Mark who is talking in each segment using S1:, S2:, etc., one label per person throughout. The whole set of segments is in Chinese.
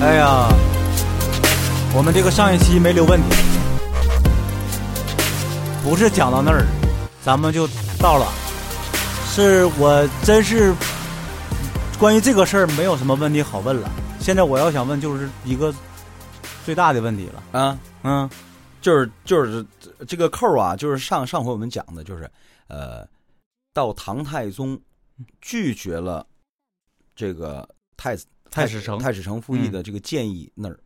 S1: 哎我们这个上一期没留问题，不是讲到那儿，咱们就到了。是我真是关于这个事儿没有什么问题好问了。现在我要想问就是一个最大的问题了。
S2: 啊，
S1: 嗯
S2: 就是就是这个扣儿啊，就是上上回我们讲的，就是呃，到唐太宗拒绝了这个太子
S1: 太史嗯丞
S2: 太史丞复议的这个建议那儿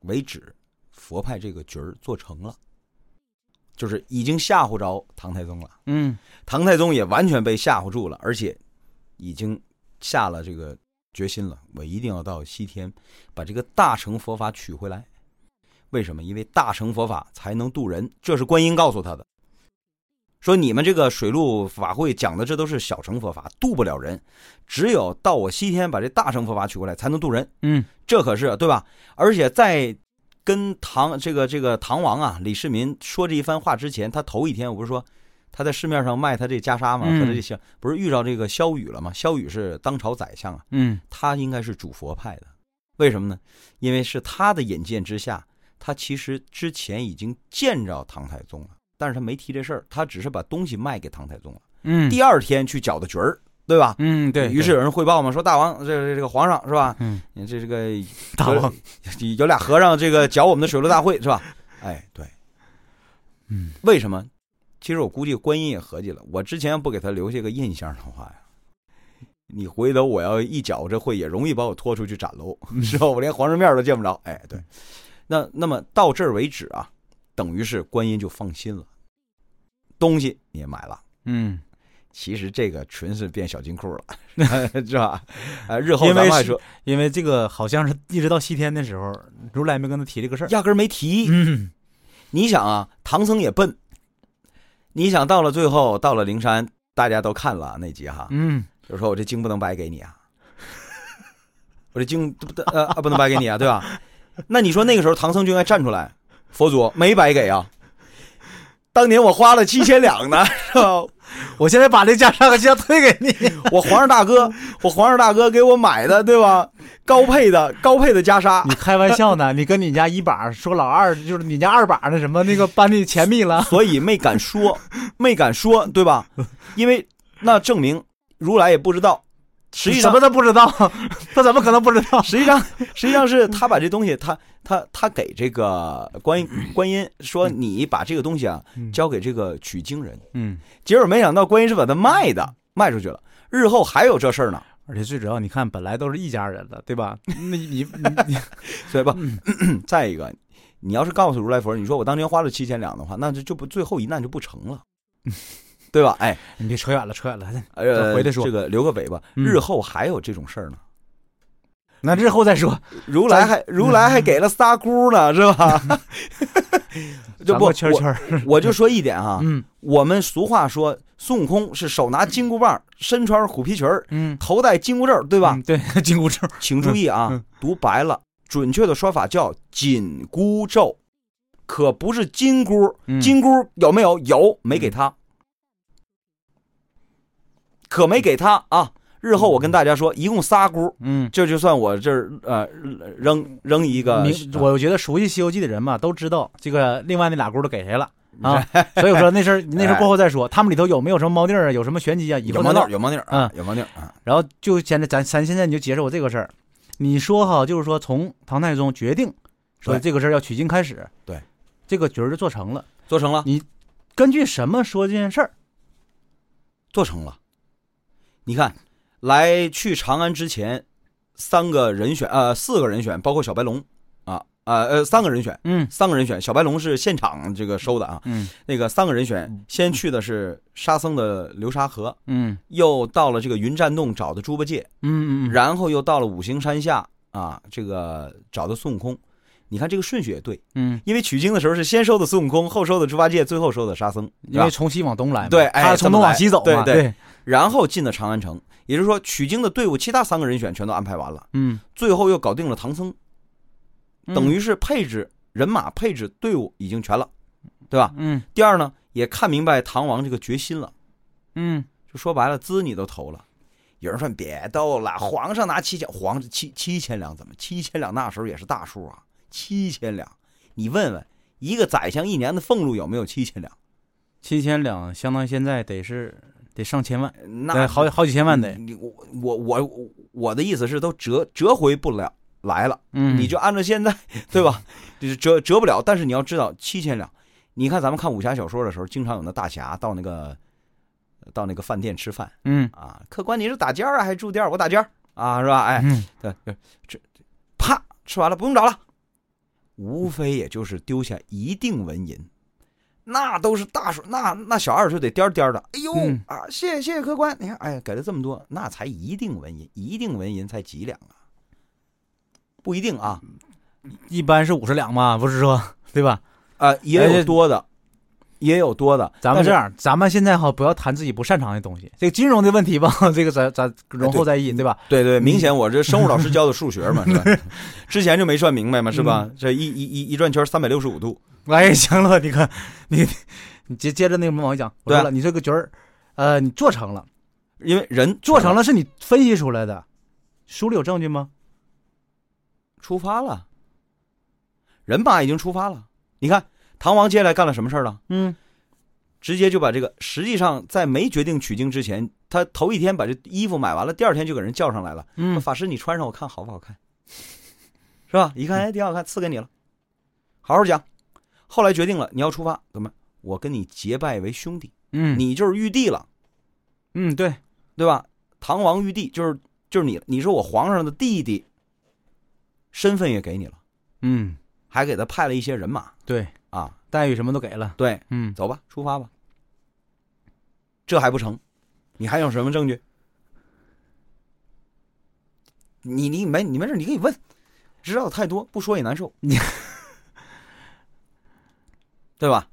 S2: 为止，佛派这个局儿做成了，就是已经吓唬着唐太宗了。
S1: 嗯，
S2: 唐太宗也完全被吓唬住了，而且已经下了这个决心了，我一定要到西天把这个大乘佛法取回来。为什么？因为大乘佛法才能渡人，这是观音告诉他的。说你们这个水陆法会讲的这都是小乘佛法，渡不了人，只有到我西天把这大乘佛法取过来，才能渡人。
S1: 嗯
S2: 这可是对吧？而且在跟唐这个这个唐王啊李世民说这一番话之前，他头一天我不是说他在市面上卖他这袈裟嘛，
S1: 嗯
S2: 和他这些不是遇到这个萧雨了吗？萧雨是当朝宰相啊，
S1: 嗯
S2: 他应该是主佛派的，为什么呢？因为是他的引荐之下，他其实之前已经见着唐太宗了，但是他没提这事儿，他只是把东西卖给唐太宗了。
S1: 嗯
S2: 第二天去搅的局儿，对吧？
S1: 嗯对
S2: 于是有人汇报嘛，说大王这这这个皇上是吧？
S1: 嗯
S2: 你这这个
S1: 大王
S2: 有 有俩和尚这个搅我们的水陆大会 是吧？哎，对，
S1: 嗯
S2: 为什么？其实我估计观音也合计了，我之前不给他留下个印象的话呀，你回头我要一搅这会，也容易把我拖出去斩喽，
S1: 嗯
S2: 是吧？我连皇上面都见不着。哎，对，那那么到这儿为止啊，等于是观音就放心了，东西你也买了。
S1: 嗯，
S2: 其实这个纯是变小金库了， 是吧？呃，日后
S1: 因为
S2: 咱们还
S1: 是
S2: 说，
S1: 因为这个好像是一直到西天的时候，如来没跟他提这个事儿。
S2: 压根儿没提。
S1: 嗯
S2: 你想啊，唐僧也笨。你想到了最后，到了灵山，大家都看了那集哈，
S1: 嗯
S2: 就说我这经不能白给你啊， 我这经不不呃不能白给你啊，对吧？那你说那个时候唐僧就应该站出来，佛祖没白给啊，当年我花了七千两呢， 是吧？
S1: 我现在把这袈裟和像退给你。
S2: 我皇上大哥，我皇上大哥给我买的，对吧？高配的高配的袈裟
S1: 你，开玩笑呢？你跟你家一把说老二就是你家二把那什么那个班的钱密了？
S2: 所以没敢说，没敢说，对吧？因为那证明如来也不知道，实际
S1: 什
S2: 上
S1: 么都不 知道，他怎么可能不知道？
S2: 实际上实际上是他把这东西，他他他给这个观观音说，你把这个东西啊交给这个取经人，
S1: 嗯，
S2: 结果没想到观音是把它卖的，卖出去了。日后还有这事儿呢，
S1: 而且最主要，你看本来都是一家人了，对吧？那你你你
S2: 对吧？
S1: 嗯
S2: 再一个，你要是告诉如来佛，你说我当年花了七千两的话，那这就不最后一难就不成了，对吧？哎，
S1: 你别扯远了，扯远了。
S2: 呃，
S1: 嗯回来说
S2: 这个留个尾巴，
S1: 嗯
S2: 日后还有这种事儿呢。
S1: 那日后再说，
S2: 如来
S1: 嗯
S2: 还如来还给了仨箍呢，是 吧？就
S1: 咱
S2: 不
S1: 们圈圈儿。
S2: 我我就说一点哈，
S1: 嗯
S2: 我们俗话说孙悟空是手拿金箍棒，身穿虎皮裙儿，
S1: 嗯，
S2: 头戴金箍咒，对
S1: 对
S2: 吧？？
S1: 对， 紧箍咒。
S2: 请注意啊，
S1: 嗯嗯
S2: 读白了，准确的说法叫紧箍咒，可不是金箍。
S1: 嗯
S2: 金箍有没有？有，没给他，可没给他啊。日后我跟大家说，一共仨箍，
S1: 嗯，
S2: 这就算我这儿呃扔扔一个，
S1: 明我觉得熟悉《西游记》的人嘛，都知道这个另外那俩轱辘给谁了 啊。所以我说那事儿那事儿过后再说，他们里头有没有什么猫腻儿啊，有什么玄机啊？以
S2: 有
S1: 后
S2: 盲
S1: 再
S2: 点儿，有盲点儿啊
S1: 嗯，
S2: 有盲点儿啊，
S1: 然后就现在咱咱现在你就接受我这个事儿，你说哈，就是说从唐太宗决定说
S2: 对
S1: 这个事儿要取经开始，
S2: 对，
S1: 这个局儿就做成了。
S2: 做成了，
S1: 根据什么说这件事儿？
S2: 做成了。你看，来去长安之前，三个人选呃四个人选，包括小白龙啊呃呃三个人选，
S1: 嗯
S2: 三个人选，小白龙是现场这个收的啊。
S1: 嗯
S2: 那个三个人选，先去的是沙僧的流沙河，
S1: 嗯
S2: 又到了这个云栈洞找的猪八戒，
S1: 嗯嗯，
S2: 然后又到了五行山下啊，这个找的孙悟空。你看这个顺序也对。
S1: 嗯，
S2: 因为取经的时候是先收的孙悟空，后收的猪八戒，最后收的沙僧，
S1: 因为从西往东来嘛，
S2: 对哎
S1: 他从东往西走
S2: 这
S1: 嘛，
S2: 么来对
S1: 对，
S2: 然后进的长安城，也就是说取经的队伍其他三个人选全都安排完了，
S1: 嗯，
S2: 最后又搞定了唐僧，等
S1: 于
S2: 于是配置人马配置队伍已经全了，对吧？
S1: 嗯
S2: 第二呢，也看明白唐王这个决心了，
S1: 嗯
S2: 就说白了资你都投了。有人说你别逗了，皇上拿七千，皇上七七千两怎么？七千两那时候也是大数啊，七千两，你问问一个宰相一年的俸禄有没有七千两？
S1: 七千两相当于现在得是得上千万，
S2: 那
S1: 得好好几千万得，
S2: 你我我我我的意思是都折折回不了来了，
S1: 嗯，
S2: 你就按照现在 对吧？就是折折不了，但是你要知道七千两。你看咱们看武侠小说的时候，经常有那大侠到那个到那个饭店吃饭
S1: 嗯
S2: 啊，客官你是打尖儿啊，还住店儿？我打尖儿啊，是吧？哎，
S1: 嗯
S2: 对，就是这这啪吃完了不用找了，无非也就是丢下一锭纹银，那都是大手，那那小二就得颠儿颠儿的，哎呦、
S1: 嗯
S2: 啊，谢谢谢谢客官，你看，哎呀，给了这么多，那才一锭纹银，一锭纹银才几两啊？不一定啊，
S1: 一般是五十两嘛，不是说对吧？
S2: 啊，
S1: 而
S2: 也有
S1: 且
S2: 多的，也有多的，
S1: 哎咱们
S2: 但是
S1: 这样，咱们现在哈不要谈自己不擅长的东西，这个金融的问题吧， 这个咱咱容后再议，哎对吧？
S2: 对对，明显我这生物老师教的数学嘛，是吧？ 之前就没算明白嘛，是吧？
S1: 嗯
S2: 这一一一一转圈三百六十五度，
S1: 哎，行了，你看你你接接着那什么往下讲，我
S2: 对啊
S1: 说了，你这个角儿，呃，你做成了，
S2: 因为人
S1: 做成了是你分析出来的，书里有证据吗？
S2: 出发了，人马已经出发了。你看唐王接下来干了什么事儿了？
S1: 嗯
S2: 直接就把这个，实际上在没决定取经之前，他头一天把这衣服买完了，第二天就给人叫上来了，说
S1: 嗯
S2: 法师你穿上我看好不好看，是吧？一看哎挺好看，赐给你了，好好讲。后来决定了你要出发，怎么？我跟你结拜为兄弟，
S1: 嗯，
S2: 你就是玉帝了，
S1: 嗯对，
S2: 对吧？唐王玉帝就是就是你了，你是我皇上的弟弟，身份也给你了，
S1: 嗯
S2: 还给他派了一些人马
S1: 对，
S2: 啊，
S1: 待遇什么都给了，
S2: 对，
S1: 嗯，
S2: 走吧，出发吧。这还不成？你还有什么证据？你你没你没事，你可以问，知道的太多不说也难受，
S1: 你
S2: 对吧？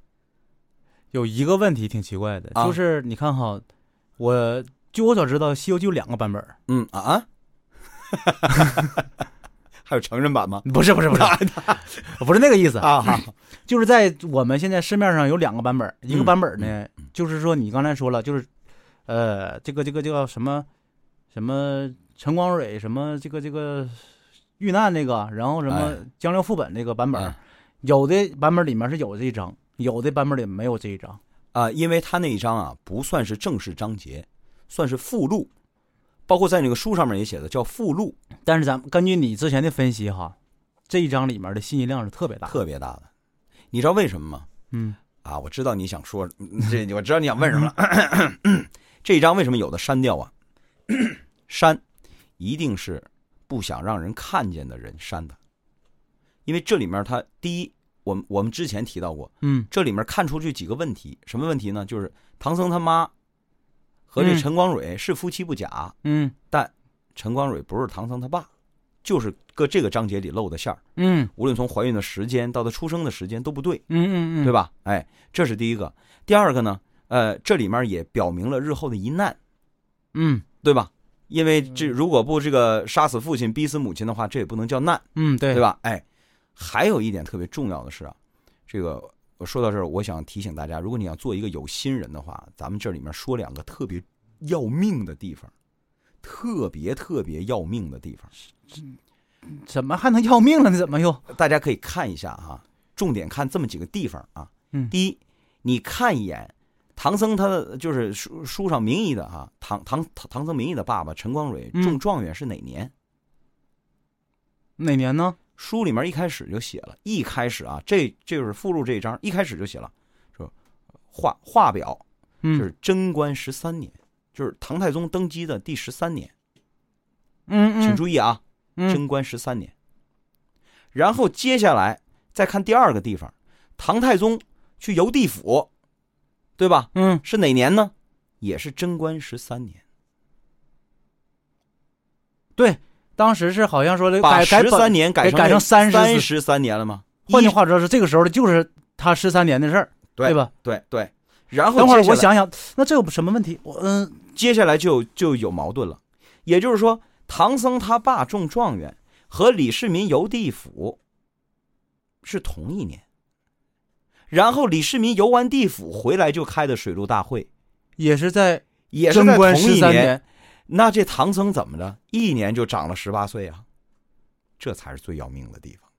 S1: 有一个问题挺奇怪的，
S2: 啊
S1: 就是你看哈，我据我所知道，《西游记》有两个版本儿，
S2: 嗯啊啊， 还有成人版吗？
S1: 不是不是不是， 不是那个意思，
S2: 啊，好
S1: 就是在我们现在市面上有两个版本儿，一个版本儿呢，
S2: 嗯
S1: 就是说你刚才说了，就是呃，这个这个叫什么什么陈光蕊什么这个这个遇难那个，然后什么
S2: 哎
S1: 江流副本那个版本儿，
S2: 哎
S1: 有的版本里面是有这一章，有的版本里没有这一章。
S2: 啊，因为他那一章啊不算是正式章节，算是附录，包括在那个书上面也写的叫附录，
S1: 但是咱们根据你之前的分析哈，这一章里面的信息量是特别大的。
S2: 特别大的。你知道为什么吗？
S1: 嗯
S2: 啊，我知道你想说 这，我知道你想问什么了。 这一章为什么有的删掉啊？ 删，一定是不想让人看见的人删的，因为这里面它第一，我们我们之前提到过，
S1: 嗯
S2: 这里面看出去几个问题，什么问题呢？就是唐僧他妈和这
S1: 嗯
S2: 陈光蕊是夫妻不假，
S1: 嗯
S2: 陈光蕊不是唐僧他爸，就是搁这个章节里露的馅儿，
S1: 嗯
S2: 无论从怀孕的时间到她出生的时间都不对。
S1: 嗯嗯嗯，
S2: 对
S1: 吧？
S2: 吧？哎，这是第一个。第二个呢，呃，这里面也表明了日后的疑难，
S1: 嗯
S2: 对吧？因为这如果不这个杀死父亲、逼死母亲的话，这也不能叫难，
S1: 嗯对
S2: 对？吧？哎，还有一点特别重要的是啊，这个我说到这儿，我想提醒大家，如果你想做一个有心人的话，咱们这里面说两个特别要命的地方，特别特别要命的地方。
S1: 怎么还能要命了呢？怎么又？
S2: 大家可以看一下啊，重点看这么几个地方啊。
S1: 嗯
S2: 第一，你看一眼唐僧他的就是书书上名义的啊，唐唐唐唐僧名义的爸爸陈光蕊
S1: 嗯
S2: 中状元是哪年？
S1: 哪年呢？
S2: 书里面一开始就写了，一开始啊，这这就是附录这一章，一开始就写了，说画画表
S1: 嗯，
S2: 就是贞观十三年，就是唐太宗登基的第十三年，
S1: 嗯嗯，
S2: 请注意啊，
S1: 嗯
S2: 贞观十三年。然后接下来再看第二个地方，唐太宗去游地府，对吧？
S1: 嗯
S2: 是哪年呢？也是贞观十三年，
S1: 对，当时是好像说的
S2: 把
S1: 改改
S2: 十三
S1: 本，
S2: 年
S1: 给
S2: 改
S1: 改成三
S2: 三
S1: 十
S2: 十三年了吗？
S1: 换句
S2: 一，
S1: 话说是这个时候的就是他十三年的事儿，
S2: 对
S1: 吧？
S2: 对对。然后
S1: 等会儿
S2: 接下
S1: 我
S2: 来，
S1: 想想，那这有什么问题？我嗯
S2: 接下来就就有矛盾了。也就是说，唐僧他爸中状元和李世民游地府是同一年。然后李世民游完地府回来就开的水陆大会，
S1: 也是在
S2: 也是
S1: 贞
S2: 在同
S1: 观
S2: 一
S1: 十三
S2: 年。
S1: 年，
S2: 那这唐僧怎么着，一年就长了十八岁啊？这才是最要命的地方。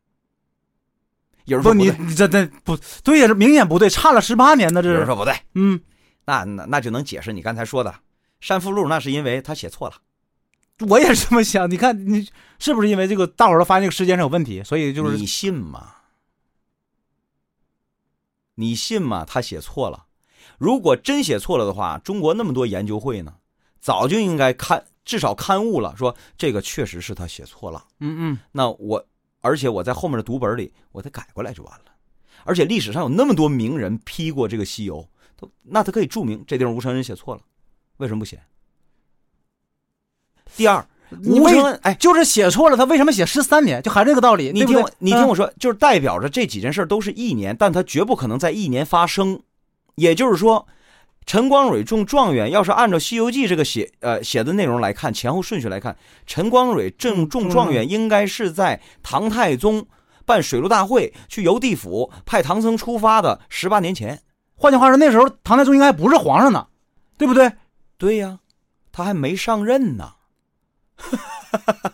S2: 有人
S1: 不，
S2: 说
S1: 你
S2: 对
S1: 你这这不对呀，这明显不对，差了十八年呢，这
S2: 有人
S1: 是。
S2: 说不对，
S1: 嗯，
S2: 那那那就能解释你刚才说的《山附录》，那是因为他写错了，
S1: 我也是这么想。你看，你是不是因为这个大伙儿都发现这个时间上有问题，所以就是
S2: 你信吗？你信吗？他写错了。如果真写错了的话，中国那么多研究会呢，早就应该刊至少刊物了，说这个确实是他写错了。
S1: 嗯嗯，
S2: 那我，而且我在后面的读本里，我再改过来就完了。而且历史上有那么多名人批过这个西游，都那他可以注明这地方吴承恩写错了，为什么不写？第二，
S1: 你
S2: 吴
S1: 为
S2: 承恩，哎，
S1: 就是写错了，他为什么写十三年？就还是这个道理。
S2: 你
S1: 对不嗯
S2: 听
S1: 对
S2: 我，你听我，说，就是代表着这几件事都是一年，但它绝不可能在一年发生。也就是说，陈光蕊中状元，要是按照《西游记》这个写呃写的内容来看，前后顺序来看，陈光蕊
S1: 嗯
S2: 正中状元应该是在唐太宗办水陆大会去游地府派唐僧出发的十八年前。
S1: 换句话说，那时候唐太宗应该不是皇上呢，对不对？
S2: 对呀、他还没上任呢。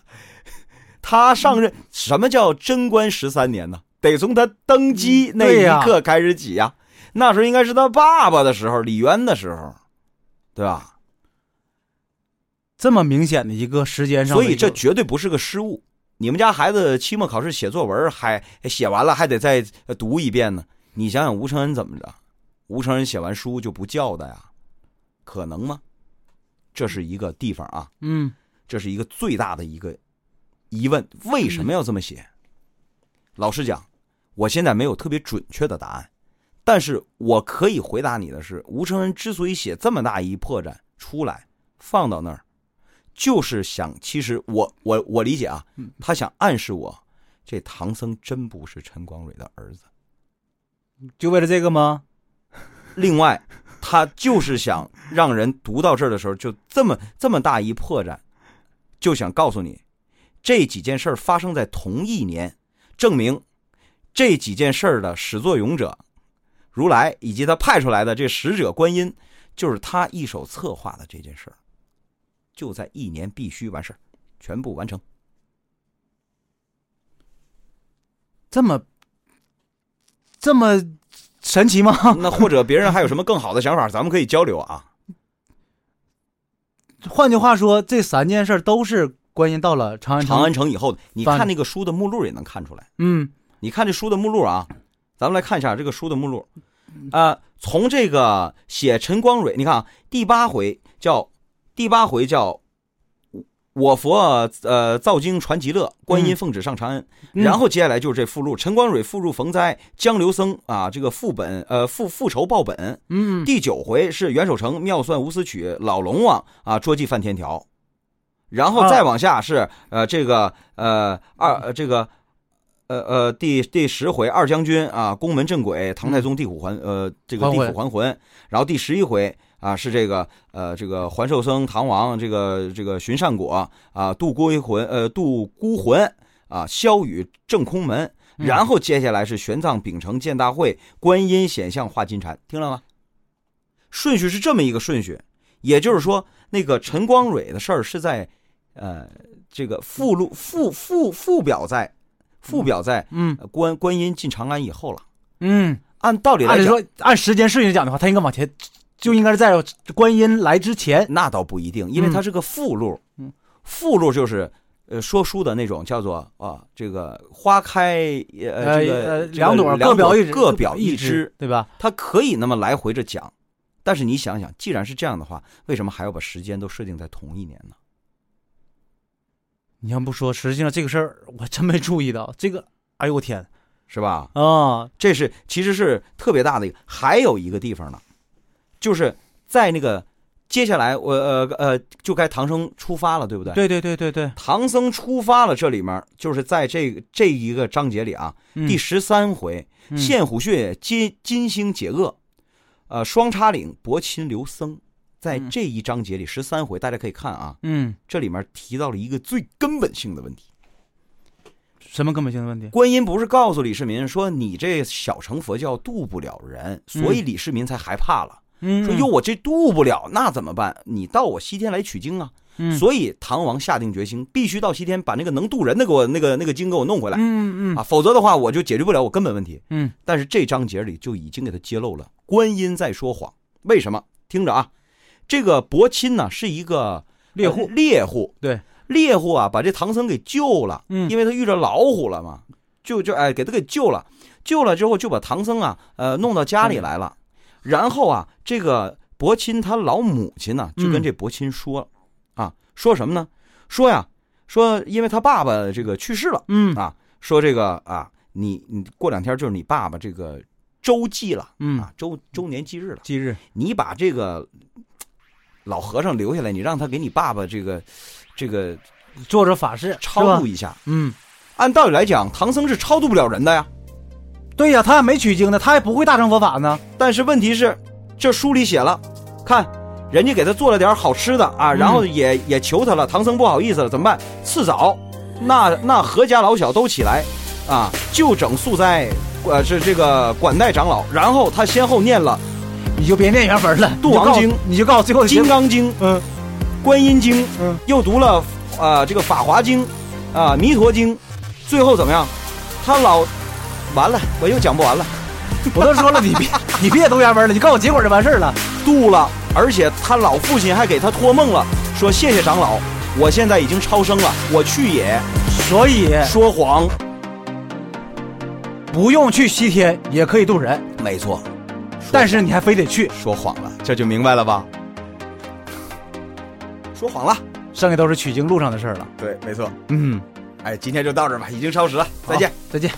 S2: 他上任，什么叫贞观十三年呢？得从他登基那
S1: 嗯对呀
S2: 一刻开始起呀、那时候应该是他爸爸的时候，李渊的时候，对吧？
S1: 这么明显的一个时间上
S2: 所
S1: 的一
S2: 以
S1: 个，
S2: 这绝对不是个失误。你们家孩子期末考试写作文还写完了，还得再读一遍呢。你想想吴承恩怎么着？吴承恩写完书就不叫的呀？可能吗？这是一个地方啊，
S1: 嗯，
S2: 这是一个最大的一个疑问：为什么要这么写？老实讲，我现在没有特别准确的答案，但是我可以回答你的是，吴承恩之所以写这么大一破绽出来，放到那儿，就是想，其实我我我理解啊，他想暗示我，这唐僧真不是陈光蕊的儿子。
S1: 就为了这个吗？
S2: 另外，他就是想让人读到这儿的时候，就这么这么大一破绽，就想告诉你，这几件事儿发生在同一年，证明这几件事儿的始作俑者如来以及他派出来的这使者观音，就是他一手策划的这件事儿，就在一年必须完事儿，全部完成。
S1: 这么这么神奇吗？
S2: 那或者别人还有什么更好的想法，咱们可以交流啊。
S1: 换句话说，这三件事儿都是关系到了长安城。
S2: 长安城以后，你
S1: 翻
S2: 看那个书的目录也能看出来。
S1: 嗯，
S2: 你看这书的目录啊，咱们来看一下这个书的目录，啊，从这个写陈光蕊，你看啊，第八回叫第八回叫我佛呃造经传极乐，观音奉旨上长安，
S1: 嗯
S2: 然后接下来就是这附录，陈光蕊附入逢灾，江流僧啊这个副本呃复复仇报本，
S1: 嗯，
S2: 第九回是袁守诚妙算无私曲，老龙王啊捉鸡犯天条，然
S1: 啊
S2: 后再往下是、呃这个呃二呃这个呃呃第第十回二将军啊宫门镇鬼，唐太宗地虎还呃这个
S1: 还
S2: 地
S1: 魂
S2: 府还魂，然后第十一回啊是这个呃这个还寿僧唐王这个这个寻善果啊渡孤魂呃渡孤魂啊萧雨正空门。
S1: 嗯
S2: 然后接下来是玄奘秉承见大会，观音显像化金蝉，听了吗？顺序是这么一个顺序，也就是说，那个陈光蕊的事儿是在，呃，这个附录附附附表在附表在
S1: 嗯
S2: 呃观观音进长安以后了。
S1: 嗯，
S2: 按道理
S1: 按
S2: 来
S1: 理
S2: 讲，
S1: 说按时间顺序讲的话，他应该往前，就应该是在观音来之前。
S2: 那倒不一定，因为
S1: 嗯
S2: 它是个附录。
S1: 嗯，
S2: 附录就是。呃，说书的那种叫做啊，这个花开呃，这个
S1: 呃，
S2: 这个
S1: 两朵各表一枝，
S2: 各表一枝
S1: 枝，，对吧？
S2: 他可以那么来回着讲，但是你想想，既然是这样的话，为什么还要把时间都设定在同一年呢？
S1: 你要不说，实际上这个事儿我真没注意到。这个，哎呦我天
S2: 是吧？
S1: 啊！
S2: 这是其实是特别大的一个。还有一个地方呢，就是在那个接下来我呃呃就该唐僧出发了，对不对？。
S1: 对对对对对，
S2: 唐僧出发了，这里面就是在这个这一个章节里啊，
S1: 嗯
S2: 第十三回，
S1: 嗯
S2: 献虎穴金金星解厄，呃，双叉岭薄亲留僧，在
S1: 嗯
S2: 这一章节里十三回，大家可以看啊，
S1: 嗯，
S2: 这里面提到了一个最根本性的问题。
S1: 什么根本性的问题？
S2: 观音不是告诉李世民说你这小乘佛教渡不了人，所以李世民才害怕了，
S1: 嗯，
S2: 说哟我这渡不了，那怎么办？你到我西天来取经啊！
S1: 嗯
S2: 所以唐王下定决心，必须到西天把那个能渡人的给我那个那个经给我弄回来、
S1: 嗯嗯
S2: 啊，否则的话我就解决不了我根本问题。
S1: 嗯，
S2: 但是这章节里就已经给他揭露了观音在说谎，为什么？听着啊，这个伯钦呢是一个
S1: 猎户
S2: 呃猎户
S1: 对
S2: 猎户啊，把这唐僧给救了，
S1: 嗯
S2: 因为他遇着老虎了嘛，就就哎给他给救了，救了之后就把唐僧啊呃弄到家里来了，
S1: 嗯
S2: 然后啊这个伯钦他老母亲呢、就
S1: 嗯
S2: 跟这伯钦说、啊说什么呢？说呀说因为他爸爸这个去世了。
S1: 嗯
S2: 啊，说这个啊，你你过两天就是你爸爸这个周忌了
S1: 嗯，
S2: 啊，周周年忌日了，
S1: 忌日，
S2: 你把这个老和尚留下来，你让他给你爸爸这个这个
S1: 做着法事，
S2: 超
S1: 是吧
S2: 度一下。
S1: 嗯，
S2: 按道理来讲，唐僧是超度不了人的呀，
S1: 对呀，他还没取经呢，他还不会大乘佛法呢。
S2: 但是问题是，这书里写了，看。人家给他做了点好吃的啊，然后也、也求他了，唐僧不好意思了，怎么办？次早，那那何家老小都起来，啊，就整素斋，呃，是这个管带长老，然后他先后念了
S1: 你就别念原文了，
S2: 度王经
S1: 你就告诉我最后
S2: 《
S1: 的结
S2: 金
S1: 果
S2: 刚经》《
S1: 嗯
S2: 观音经》，
S1: 嗯，
S2: 又读了啊、这个《法华经》啊、弥陀经》，最后怎么样？他老完了，我又讲不完了，
S1: 我都说了，你别你别读原文了，你告诉我结果就完事儿了。
S2: 度了，而且他老父亲还给他托梦了，说谢谢长老，我现在已经超生了，我去也。
S1: 所以
S2: 说谎，
S1: 不用去西天也可以渡人，
S2: 没错，
S1: 但是你还非得去，
S2: 说谎了，这就明白了吧？说谎了，
S1: 剩下都是取经路上的事儿了。
S2: 对，没错。
S1: 嗯，
S2: 哎，今天就到这儿吧，已经超时了，再见。
S1: 好，再见。